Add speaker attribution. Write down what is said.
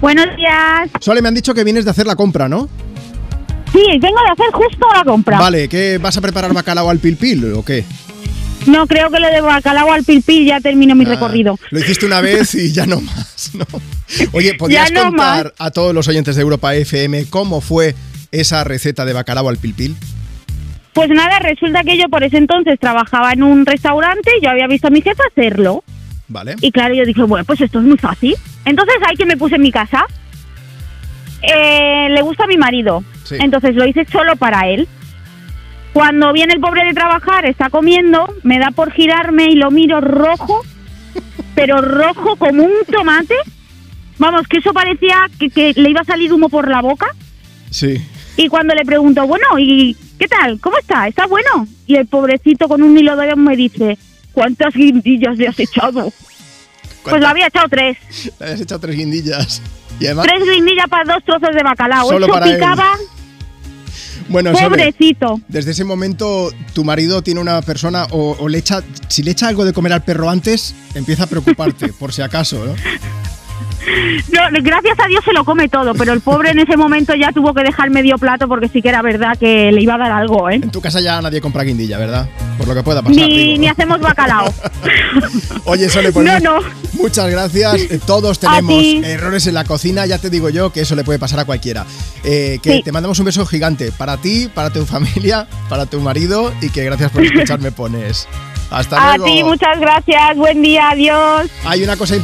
Speaker 1: Buenos días.
Speaker 2: Sole, me han dicho que vienes de hacer la compra, ¿no?
Speaker 1: Sí, vengo de hacer justo la compra.
Speaker 2: Vale, ¿qué vas a preparar bacalao al pilpil o qué?
Speaker 1: No, creo que lo de bacalao al pilpil ya termino mi
Speaker 2: Ah,
Speaker 1: recorrido.
Speaker 2: Lo hiciste una vez y ya no más, ¿no? Oye, ¿podrías
Speaker 1: Ya no
Speaker 2: contar a todos los oyentes de Europa FM cómo fue esa receta de bacalao al pilpil?
Speaker 1: Pues nada, resulta que yo por ese entonces trabajaba en un restaurante y yo había visto a mi jefa hacerlo.
Speaker 2: Vale.
Speaker 1: Y claro, yo dije, bueno, pues esto es muy fácil. Entonces ahí que me puse en mi casa. Eh, le gusta a mi marido.
Speaker 2: Sí.
Speaker 1: Entonces lo hice solo para él. Cuando viene el pobre de trabajar, está comiendo, me da por girarme y lo miro rojo, pero rojo como un tomate. Vamos, que eso parecía que, que le iba a salir humo por la boca.
Speaker 2: Sí.
Speaker 1: Y cuando le pregunto, bueno, ¿y qué tal? ¿Cómo está? ¿Está bueno? Y el pobrecito con un hilo de oro me dice, ¿cuántas guindillas le has echado? Pues le
Speaker 2: ¿Cuántas?
Speaker 1: había echado tres.
Speaker 2: Le habías echado tres guindillas. Y además,
Speaker 1: Tres guindillas para dos trozos de bacalao.
Speaker 2: Solo
Speaker 1: Eso
Speaker 2: para él.
Speaker 1: picaba,
Speaker 2: bueno, Sole,
Speaker 1: pobrecito.
Speaker 2: desde ese momento tu marido tiene una persona o, o le echa, si le echa algo de comer al perro antes, empieza a preocuparte, por si acaso, ¿no?
Speaker 1: No, gracias a Dios se lo come todo, pero el pobre en ese momento ya tuvo que dejar medio plato porque sí que era verdad que le iba a dar algo, ¿eh?
Speaker 2: En tu casa ya nadie compra guindilla, ¿verdad? Por lo que pueda pasar.
Speaker 1: Ni,
Speaker 2: digo.
Speaker 1: ni hacemos bacalao.
Speaker 2: Oye, Sole, pues
Speaker 1: No,
Speaker 2: mu-
Speaker 1: no.
Speaker 2: muchas gracias. Eh, Todos tenemos
Speaker 1: ti.
Speaker 2: errores en la cocina, ya te digo yo que eso le puede pasar a cualquiera. Eh, que
Speaker 1: Sí.
Speaker 2: te mandamos un beso gigante para ti, para tu familia, para tu marido y que gracias por escucharme pones. Hasta
Speaker 1: A
Speaker 2: luego.
Speaker 1: ti, muchas gracias. Buen día, adiós.
Speaker 2: Hay una cosa importante.